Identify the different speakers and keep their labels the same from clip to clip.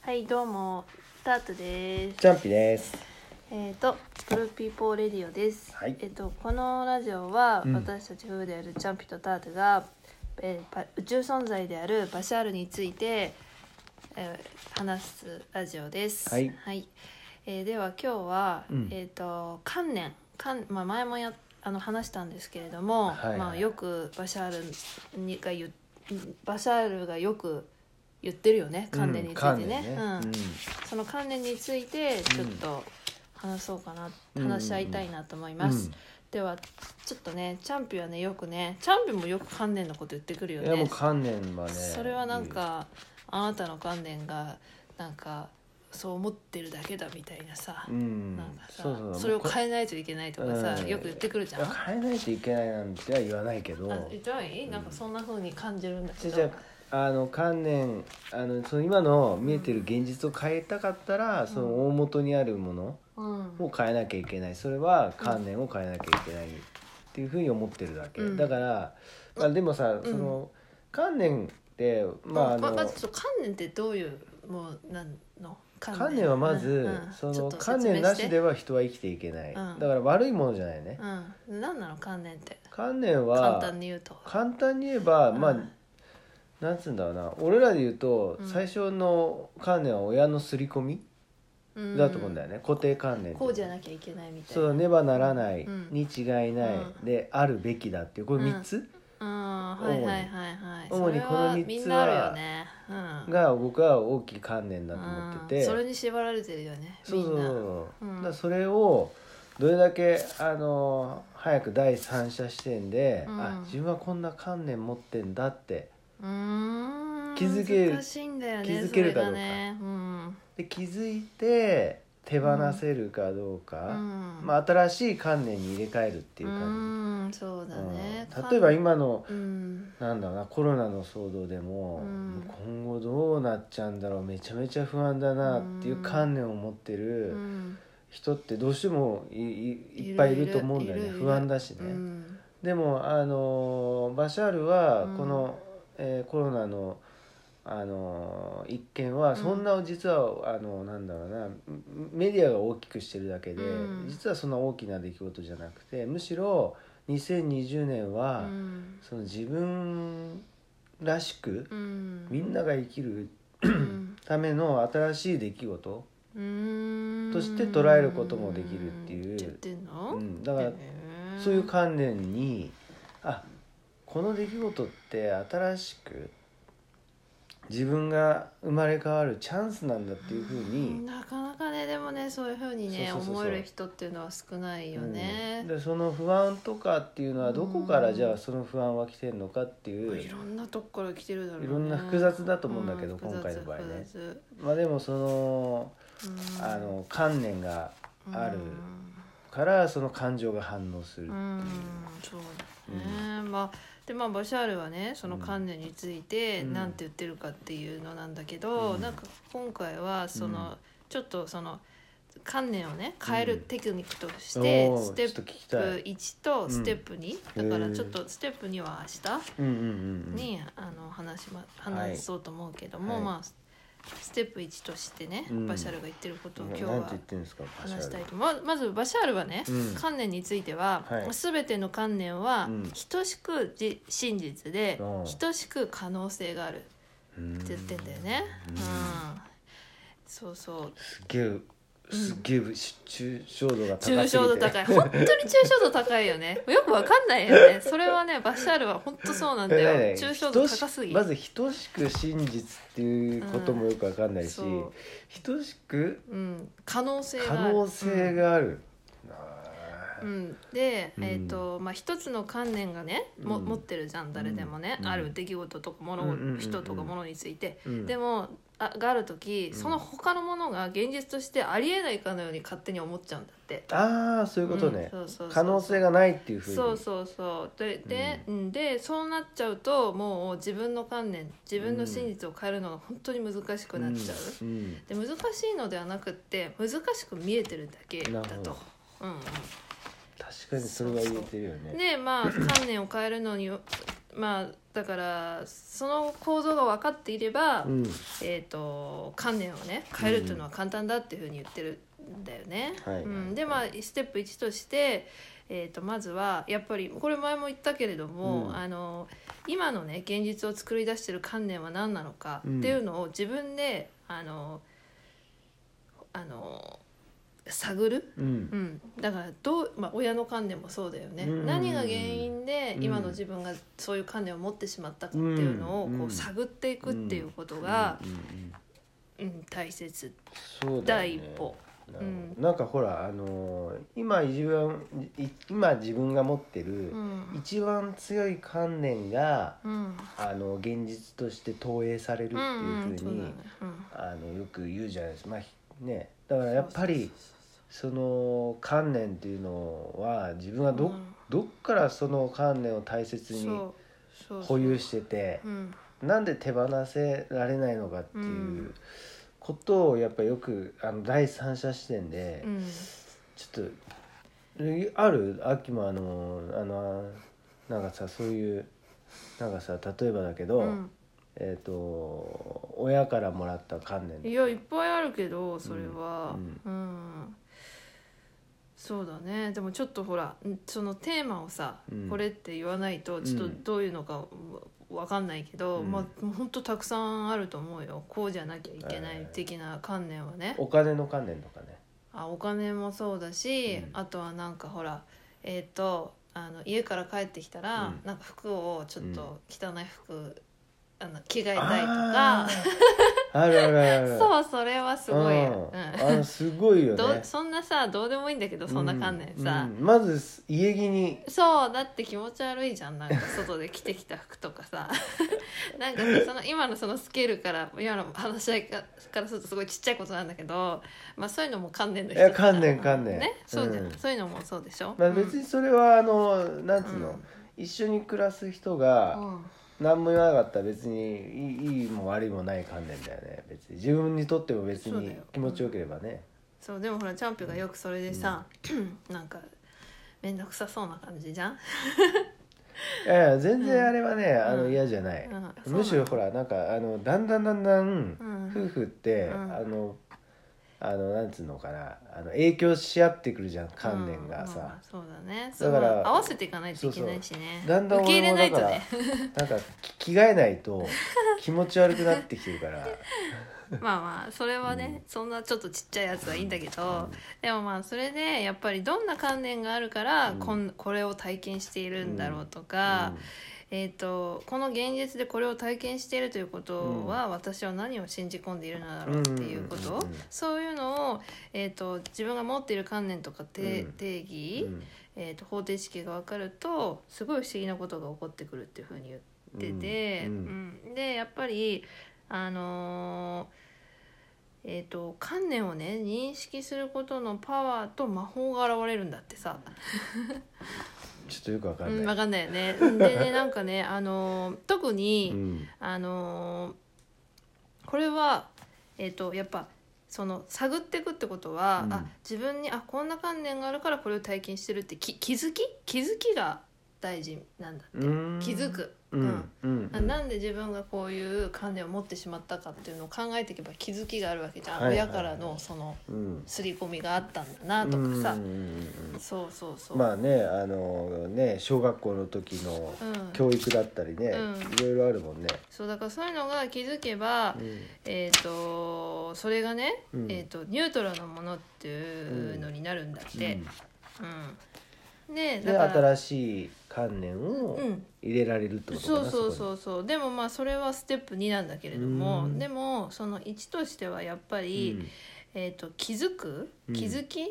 Speaker 1: はいどうもタートです
Speaker 2: ジャンピです。
Speaker 1: えっ、とブルーピーポーレディオです、
Speaker 2: はい
Speaker 1: えっ、とこのラジオは、
Speaker 2: うん
Speaker 1: 私たち夫婦であるチャンピとタートが、えーパ宇宙存在であるバシャールについて、えー話すラジオです
Speaker 2: はい
Speaker 1: えーでは今日は、
Speaker 2: うん
Speaker 1: えっ、と観念観、まあ、前もやあの話したんですけれども、
Speaker 2: はいはい
Speaker 1: まあ、よくバシャールにが言うバシャールがよく言ってるよね観念についてね。
Speaker 2: うん
Speaker 1: うんその関連についてちょっと話そうかな、
Speaker 2: うん
Speaker 1: 話し合いたいなと思います、ではちょっとねチャンピはねよくねチャンピもよく関連のこと言ってくる
Speaker 2: う
Speaker 1: よ
Speaker 2: んいやもう
Speaker 1: ね
Speaker 2: 観念はね。
Speaker 1: それはなんかあなたの関連がなんかそう思ってるだけだみたいなさ、
Speaker 2: うん。
Speaker 1: なんかさ
Speaker 2: そ
Speaker 1: そう
Speaker 2: そう
Speaker 1: れを変えないといけないとかさ、
Speaker 2: うん
Speaker 1: よく言ってくるじゃん、あ
Speaker 2: 変えないといけないなんては言わないけど。
Speaker 1: 言ってないなんかそんな風に感じるんだけ
Speaker 2: じゃ
Speaker 1: ど
Speaker 2: あの観念あのその今の見えてる現実を変えたかったら、その大元にあるもの
Speaker 1: うん
Speaker 2: を変えなきゃいけない。それは観念を変えなきゃいけないっていうふうに思ってるだけ。
Speaker 1: うん
Speaker 2: だから、まあでもさ、
Speaker 1: うん
Speaker 2: その観念ってまああ
Speaker 1: ま
Speaker 2: の。
Speaker 1: まずちょっと観念ってどういうもうなんの観
Speaker 2: 観念はまず、
Speaker 1: うんうん
Speaker 2: そ
Speaker 1: ちょ
Speaker 2: の
Speaker 1: っと
Speaker 2: 観
Speaker 1: 説明
Speaker 2: 念な
Speaker 1: して
Speaker 2: しでは人は生きていけない、
Speaker 1: うん
Speaker 2: だから悪いものじゃないね、
Speaker 1: うん、何なの観念って
Speaker 2: 観念
Speaker 1: 簡
Speaker 2: は
Speaker 1: 単に言うと
Speaker 2: 簡単に言えば、ま
Speaker 1: う
Speaker 2: あ
Speaker 1: ん
Speaker 2: なんつうんだろうな俺らで言うと、
Speaker 1: うん
Speaker 2: 最初の観念は親の刷り込みだと思うんだよね、固定観念
Speaker 1: こうじゃ
Speaker 2: い
Speaker 1: なきゃいけないみたい
Speaker 2: そ
Speaker 1: な
Speaker 2: うねばならない、
Speaker 1: うん
Speaker 2: に違いない、
Speaker 1: うん
Speaker 2: であるべきだっていうこれ3つ
Speaker 1: うんはいはいはいはい
Speaker 2: 主
Speaker 1: そ
Speaker 2: に
Speaker 1: れ
Speaker 2: 主にこの三つは
Speaker 1: みんなあるよねうん
Speaker 2: が僕は大きい観念だと思ってて、
Speaker 1: うんそれに縛られてるよね
Speaker 2: そう
Speaker 1: み
Speaker 2: そ
Speaker 1: ん
Speaker 2: う
Speaker 1: な
Speaker 2: そう、
Speaker 1: うん
Speaker 2: だからそれをどれだけあの早く第三者視点で、
Speaker 1: うん
Speaker 2: あ自分はこんな観念持ってんだって
Speaker 1: うーん
Speaker 2: 気づける
Speaker 1: 難しいんだよね
Speaker 2: 気づけるかどうか
Speaker 1: それがねうん
Speaker 2: で気づいて手放せるかどうか、ま
Speaker 1: あっ
Speaker 2: あ、新しい観念に入れ替えるって
Speaker 1: て
Speaker 2: いう感
Speaker 1: うんそう
Speaker 2: じ、
Speaker 1: だね
Speaker 2: うん例えば今の
Speaker 1: うん
Speaker 2: なんだろうなコロナの騒動でも、
Speaker 1: うん
Speaker 2: 今後どうなっちゃうんだろうめちゃめちゃ不安だなっていう観念を持って
Speaker 1: う
Speaker 2: る
Speaker 1: ん
Speaker 2: 人ってどうしてもいいいっぱいいると思うんだよね
Speaker 1: いるいる
Speaker 2: 不安だしね。
Speaker 1: うん
Speaker 2: でもあのバシャールは
Speaker 1: うん
Speaker 2: この、えーコロナのあの一件
Speaker 1: うん
Speaker 2: はそんな実は、あのなんだろうなメメディアが大きくしてるだけで、
Speaker 1: うん
Speaker 2: 実はそんな大きな出来事じゃなくてむしろ2020年
Speaker 1: う
Speaker 2: は、
Speaker 1: ん
Speaker 2: その自分らしく
Speaker 1: うん
Speaker 2: みんなが生きる
Speaker 1: うん
Speaker 2: ための新しい出来事、
Speaker 1: うーん
Speaker 2: として捉えることもできるっていう
Speaker 1: 言ってん
Speaker 2: う
Speaker 1: の、
Speaker 2: ん、だから
Speaker 1: へー
Speaker 2: そういう観念にあこの出来事って新しく自分が生まれ変わるチャンスなんだっていうふうに、
Speaker 1: なかなかねでもねそういうふうにね
Speaker 2: そうそうそうそう
Speaker 1: 思える人っていうのは少ないよね
Speaker 2: うん、でその不安とかっていうのはどこか
Speaker 1: う
Speaker 2: ら
Speaker 1: ん
Speaker 2: じゃあその不安は来てるのかっていう、
Speaker 1: いろんなとこから来てるだろうね
Speaker 2: いろんな複雑だと思うんだけど
Speaker 1: 複雑
Speaker 2: 今回の場合ね
Speaker 1: 複雑
Speaker 2: まあでもその
Speaker 1: うん
Speaker 2: あの観念が
Speaker 1: うん
Speaker 2: あるからその感情が反応するって
Speaker 1: う
Speaker 2: いうん
Speaker 1: そうだね、まあでまあバシャールはねその観念について
Speaker 2: うん
Speaker 1: なんて言ってるかっていうのなんだけど、
Speaker 2: うん
Speaker 1: なんか今回はその、
Speaker 2: うん
Speaker 1: ちょっとその観念をね変え
Speaker 2: うん
Speaker 1: るテクニックとして、
Speaker 2: おー
Speaker 1: ステッ
Speaker 2: ちょっ
Speaker 1: プ
Speaker 2: と聞きたい
Speaker 1: 1とステップ2、
Speaker 2: うん
Speaker 1: だか
Speaker 2: へ
Speaker 1: ら
Speaker 2: ー
Speaker 1: ちょっとステップ2は明
Speaker 2: うんうんうんう
Speaker 1: 日
Speaker 2: ん
Speaker 1: に、あの話しま
Speaker 2: はい
Speaker 1: 話そうと思うけども、
Speaker 2: はい
Speaker 1: まあステップ1としてね、
Speaker 2: うん
Speaker 1: バシャールが言ってることを今日
Speaker 2: なんて
Speaker 1: は
Speaker 2: 言ってるんですかパシャ
Speaker 1: 話したい
Speaker 2: ル
Speaker 1: とままずバシャールはね、
Speaker 2: うん
Speaker 1: 観念については、
Speaker 2: はい
Speaker 1: 全ての観念は
Speaker 2: うん
Speaker 1: 等しくじ真実で、
Speaker 2: うん
Speaker 1: 等しく可能性があるって
Speaker 2: うん
Speaker 1: 言ってんだよね。
Speaker 2: う
Speaker 1: うんんそうそう
Speaker 2: すっげえすっげえし抽象度が高すぎて
Speaker 1: 抽象度 高い本当に抽象度高いよねよくわかんないよねそれはねバシャールは本当そうなんだ
Speaker 2: ないない
Speaker 1: よ抽象度高すぎ
Speaker 2: 等しまず等しく真実っていうこともよくわかんないし、
Speaker 1: そう、
Speaker 2: 等しく
Speaker 1: うん、可能性
Speaker 2: 可
Speaker 1: がある
Speaker 2: 能性がある、あ
Speaker 1: う
Speaker 2: ー
Speaker 1: ん、で、
Speaker 2: うん
Speaker 1: えーとまあ、一つの観念がね、も
Speaker 2: うん
Speaker 1: 持ってるじゃん誰でもね、
Speaker 2: うん
Speaker 1: ある出来事とか物、
Speaker 2: うんうんうんうん
Speaker 1: 人とか物について、
Speaker 2: うん
Speaker 1: でもあがある時
Speaker 2: うん
Speaker 1: その他のものが現実としてありえないかのように勝手に思っちゃうんだって。
Speaker 2: あーそういうことね、
Speaker 1: うんそうそうそう
Speaker 2: 可能性がないっていうふうに
Speaker 1: そうそうそうでで,、うん、でそうなっちゃうともう自分の観念自分の真実を変えるのが本当に難しくなっちゃう、
Speaker 2: うん
Speaker 1: で難しいのではなくって難しく見えてるだけだ
Speaker 2: なるほ
Speaker 1: と
Speaker 2: ど。
Speaker 1: うんうん
Speaker 2: 確かにそれは言えてるよね
Speaker 1: でまあ観念を変えるのにまあだからその構造が分かっていれば、
Speaker 2: うん
Speaker 1: えー、と観念をね変えるっていうのは簡単だっていうふうに言ってるんだよね。
Speaker 2: はい
Speaker 1: うん、でまあステップ1として、えー、とまずはやっぱりこれ前も言ったけれども、
Speaker 2: うん
Speaker 1: あの今のね現実を作り出してる観念は何なのかっていうのを自分であのあの探る。
Speaker 2: うん
Speaker 1: うん、だからどう、まあ、親の観念もそうだよね、
Speaker 2: うんうんうん
Speaker 1: 何が原因で
Speaker 2: うん
Speaker 1: 今の自分がそういう観念を持ってしまったかっていうのを
Speaker 2: うん
Speaker 1: こ
Speaker 2: うん
Speaker 1: う探っていくっていうことが、
Speaker 2: うんうんうん
Speaker 1: うん大切、
Speaker 2: そうだ
Speaker 1: 第
Speaker 2: よ
Speaker 1: 一
Speaker 2: ね
Speaker 1: 歩。
Speaker 2: なるほど
Speaker 1: うん
Speaker 2: なんかほらあのー今自分い今自分が持ってる
Speaker 1: うん
Speaker 2: 一番強い観念が、
Speaker 1: うん
Speaker 2: あの現実として投影されるって
Speaker 1: う
Speaker 2: い
Speaker 1: んう
Speaker 2: うんふ
Speaker 1: そうう
Speaker 2: に、
Speaker 1: だねうん
Speaker 2: あのよく言うじゃないですか、まあひね、だからやっぱりその観念っていうのは自分はど,、
Speaker 1: うん
Speaker 2: どっからその観念を大切に
Speaker 1: そうそう
Speaker 2: 保有してて
Speaker 1: う、ん
Speaker 2: なんで手放せられないのかっていううことをやっぱよくあの第三者視点で、
Speaker 1: うん
Speaker 2: ちょっとえある秋もあのあのなんかさそういうなんかさ例えばだけど、
Speaker 1: うん
Speaker 2: えっ、と親からもらった観念
Speaker 1: いやいっぱいあるけどそれは
Speaker 2: う
Speaker 1: うん、そうだねでもちょっとほらんそのテーマをさ、
Speaker 2: うん
Speaker 1: これって言わないとちょっとどういうのかわかんないけど、
Speaker 2: うん
Speaker 1: まあほんとたくさんあると思うよこうじゃなきゃいけない的な観念はね、
Speaker 2: お金の観念とかね
Speaker 1: あお金もそうだし、
Speaker 2: うん
Speaker 1: あとはなんかほらえっ、とあの家から帰ってきたら、
Speaker 2: うん
Speaker 1: なんか服をちょっと汚い服、あの着替えたいと
Speaker 2: あ
Speaker 1: か
Speaker 2: ーあるあるあるある
Speaker 1: そうそれはすごい、
Speaker 2: うん
Speaker 1: うん
Speaker 2: あのすごい よ
Speaker 1: ど
Speaker 2: ね
Speaker 1: そんなさどうでもいいんだけどそんな観念さ、
Speaker 2: うんうんまずす家着に
Speaker 1: そうだって気持ち悪いじゃんなんか外で着てきた服とかさ なんかさその今のそのスケールから今の話し合いからするとすごいちっちゃいことなんだけど、まあ、そういうのも観念だ
Speaker 2: いや観念観念
Speaker 1: ねそうじゃん、
Speaker 2: うん
Speaker 1: そういうのもそうでしょ、
Speaker 2: まあ、別にそれはあのなんつうの、
Speaker 1: うん
Speaker 2: 一緒に暮らす人
Speaker 1: う
Speaker 2: が
Speaker 1: ん、うん
Speaker 2: 何も言わなかったら別にいいいいも悪いもない観念だよね別に自分にとっても別
Speaker 1: そうだ
Speaker 2: に
Speaker 1: よ
Speaker 2: 気持ちよければね
Speaker 1: そうでもほらチャンピオンがよくそれでさ、なんか面倒くさそうな感じじゃん、
Speaker 2: いやいや全然あれはね、あ
Speaker 1: う
Speaker 2: の
Speaker 1: ん
Speaker 2: 嫌じゃな
Speaker 1: う
Speaker 2: い、
Speaker 1: ん
Speaker 2: むしろ
Speaker 1: そう
Speaker 2: ほらなんかあのだんだんだんだん
Speaker 1: なのうん
Speaker 2: 夫婦って、
Speaker 1: うん
Speaker 2: あのあのなんつうのかなあの影響し合ってくるじゃん観念が
Speaker 1: うんま
Speaker 2: さ
Speaker 1: あ、そうだね
Speaker 2: だから
Speaker 1: そう合わせていかないといけないしね
Speaker 2: だんだん
Speaker 1: 受け入れ
Speaker 2: 俺も
Speaker 1: な
Speaker 2: だ
Speaker 1: いと
Speaker 2: から、
Speaker 1: ね
Speaker 2: なんか着替えないと気持ち悪くなってきて るから。
Speaker 1: まあまあそれはね、そんなちょっとちっちゃいやつはいいんだけど、でもまあそれでやっぱりどんな観念があるから
Speaker 2: うん
Speaker 1: こんこれを体験しているんだろうとか、えー、とこの現実でこれを体験しているということは、私は何を信じ込んでいるのだろうっていうこ
Speaker 2: うん
Speaker 1: と、
Speaker 2: うんうんうん
Speaker 1: そういうのを、えー、と自分が持っている観念とかて、
Speaker 2: うん
Speaker 1: 定
Speaker 2: う
Speaker 1: 義、
Speaker 2: ん
Speaker 1: えー、と方程式が分かるとすごい不思議なことが起こってくるっていうふうに言ってて、
Speaker 2: うん
Speaker 1: うんでやっぱりあのーえー、と観念をね認識することのパワーと魔法が現れるんだってさ、
Speaker 2: ちょっとよくわか
Speaker 1: うんん、分
Speaker 2: ない。
Speaker 1: かんないよね。でねなんかね、あのー特に、
Speaker 2: うん
Speaker 1: あのーこれは、えー、とやっぱその探っていくってことは、
Speaker 2: うん
Speaker 1: あ自分にあこんな観念があるからこれを体験してるってき気づき気づきが大事なんだ
Speaker 2: うん
Speaker 1: 気づ。く、
Speaker 2: うんうん。
Speaker 1: あなんで自分がこういう観念を持ってしまったかっていうのを考えていけば気づきがあるわけじゃん、
Speaker 2: はいはいはい
Speaker 1: 親からのその
Speaker 2: うん。
Speaker 1: 刷り込みがあったんだなとかさ、
Speaker 2: うんうんうん
Speaker 1: そうそうそう、
Speaker 2: まあねあのね小学校の時の
Speaker 1: うん、
Speaker 2: 教育だったりね
Speaker 1: うん
Speaker 2: いろいろあるもんね。
Speaker 1: そうだからそういうのが気づけば、えー、とそれがね、
Speaker 2: うん
Speaker 1: えー、とニュートラルなものっていうのになるんだって、うんで
Speaker 2: で
Speaker 1: だから
Speaker 2: 新しい観念を
Speaker 1: うん
Speaker 2: 入れられるってこと
Speaker 1: そ
Speaker 2: か
Speaker 1: う
Speaker 2: な。
Speaker 1: そう
Speaker 2: う。
Speaker 1: そうそうでもまあそれはステップ2なんだけれども
Speaker 2: うん
Speaker 1: でもその1としてはやっぱり、えー、と気づく
Speaker 2: うん
Speaker 1: 気づき、う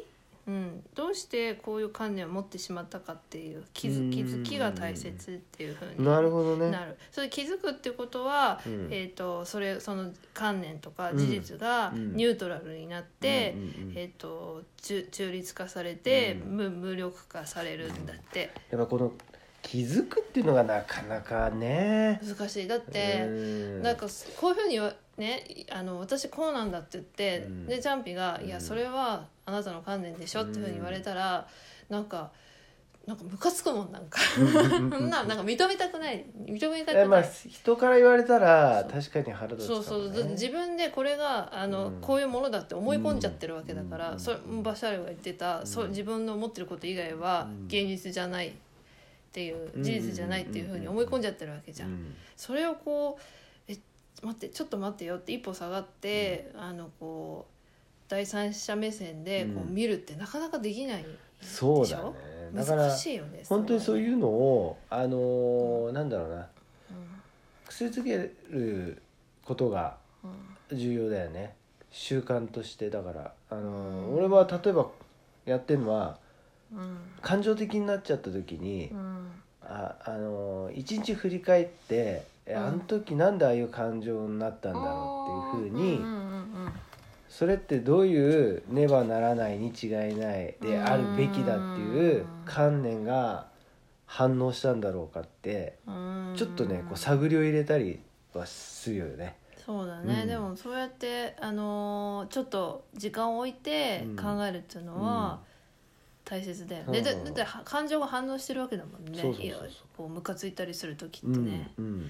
Speaker 1: んどうしてこういう観念を持ってしまったかっていう気づ気づきが大切っていうふうに
Speaker 2: なるほどね
Speaker 1: な。るそれ気づくってことは、
Speaker 2: うん
Speaker 1: えー、とそれその観念とか
Speaker 2: うん
Speaker 1: 事実が
Speaker 2: うん
Speaker 1: ニュートラルになって、
Speaker 2: うんうんうん
Speaker 1: えー、と中中立化されて、
Speaker 2: うん
Speaker 1: 無無力化されるんだって
Speaker 2: やっぱこの気づくっていうのがなかなかね。
Speaker 1: 難しいだっ
Speaker 2: う
Speaker 1: て、
Speaker 2: ん
Speaker 1: なんかこういうふうに言わねあの私こうなんだって言って、
Speaker 2: うん
Speaker 1: でジャンピが「いうや
Speaker 2: ん
Speaker 1: それはあなたの観念でしょ」っていうふうに言われたら、なんか。なんかムカつくもんなんか そんななんか認めたくない認めた
Speaker 2: え
Speaker 1: く
Speaker 2: ま
Speaker 1: な
Speaker 2: あ
Speaker 1: い
Speaker 2: 人から言われたら
Speaker 1: そう
Speaker 2: 確かに腹立つか
Speaker 1: そ
Speaker 2: も、
Speaker 1: う
Speaker 2: ね、
Speaker 1: そうず自分でこれがあの、
Speaker 2: うん
Speaker 1: こういうものだって思い込んじゃってるわけだから、
Speaker 2: うん
Speaker 1: それバシャールが言ってた、
Speaker 2: うん
Speaker 1: そう自分の思ってること以外は
Speaker 2: うん
Speaker 1: 現実じゃないっていう、
Speaker 2: うん
Speaker 1: 事実じゃないっていうふうに思い込んじゃってるわけじゃん。
Speaker 2: うん
Speaker 1: それをこう「え待ってちょっと待ってよ」って一歩下がって、あのこう第三者目線でこう
Speaker 2: うん
Speaker 1: 見るってなかなかできない、
Speaker 2: そう
Speaker 1: でし
Speaker 2: だ
Speaker 1: ょ
Speaker 2: ねだから
Speaker 1: 難しいよね。
Speaker 2: 本当にそう
Speaker 1: う、
Speaker 2: いうのをあのーなんだろうな
Speaker 1: うん
Speaker 2: 癖づけることが
Speaker 1: うん
Speaker 2: 重要だよね習慣としてだから、あのー
Speaker 1: うん
Speaker 2: 俺は例えばやってるのは
Speaker 1: うん
Speaker 2: 感情的になっちゃった時に、
Speaker 1: うん
Speaker 2: ああのー一日振り返って、
Speaker 1: う
Speaker 2: え
Speaker 1: ん
Speaker 2: あの時なんでああいう感情になったんだろうっていうふうに、
Speaker 1: んうんうんうん
Speaker 2: それってどういうねばならないに違いないで
Speaker 1: うん
Speaker 2: あるべきだっていう観念が反応したんだろうかってちょっとねこう探りを入れたりはするよね。
Speaker 1: そうだね、
Speaker 2: うん
Speaker 1: でもそうやって、あのーちょっと時間を置いて
Speaker 2: うん
Speaker 1: 考えるっていうのは大切だよ
Speaker 2: うん
Speaker 1: ね、でだだっては感情が反応してるわけだもんね
Speaker 2: そうそうそうそう
Speaker 1: いやこうムカついたりする時って
Speaker 2: うん
Speaker 1: ね、
Speaker 2: うん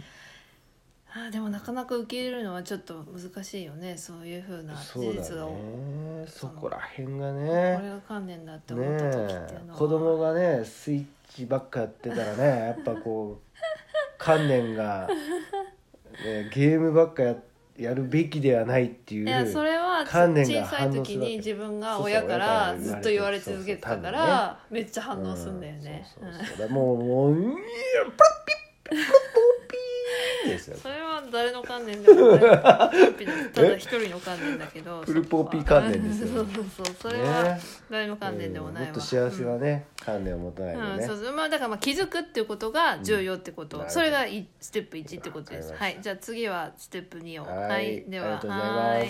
Speaker 1: あーでもなかなか受け入れるのはちょっと難しいよねそういうふうな
Speaker 2: そ
Speaker 1: 事
Speaker 2: うだ
Speaker 1: 実が、
Speaker 2: ねそこら辺が
Speaker 1: これ
Speaker 2: ね
Speaker 1: が観念だって
Speaker 2: ね
Speaker 1: 思った時っていう
Speaker 2: え
Speaker 1: のは、
Speaker 2: 子供がねスイッチばっかやってたらねやっぱこ う観念が、ね、ゲームばっかややるべきではないっていう
Speaker 1: いやそれは
Speaker 2: 観念
Speaker 1: 小
Speaker 2: が
Speaker 1: さい
Speaker 2: 反応するわけ
Speaker 1: 時に自分が親からずっと言われ続けてたからめっちゃ反応するんだよね。
Speaker 2: う
Speaker 1: うん
Speaker 2: そうそうそうだもうもう「いやプルピップルポーピー」ですよ
Speaker 1: それは誰の関連でもないただ一人の関連だけど
Speaker 2: フルポーピー関連です
Speaker 1: そ
Speaker 2: よ
Speaker 1: うそうそうそれ
Speaker 2: ね
Speaker 1: は誰の関連でもないわ、
Speaker 2: うんもっと幸せなね、観念を持たない
Speaker 1: うん
Speaker 2: とね、
Speaker 1: うんそうそうまあだからまあ気づくっていうことが重要ってこと、
Speaker 2: うん
Speaker 1: それがいステップ1ってことです
Speaker 2: わかり
Speaker 1: は
Speaker 2: ました
Speaker 1: いじゃあ次はステップ2を
Speaker 2: はい
Speaker 1: はいでは
Speaker 2: ありがとうございます
Speaker 1: はーい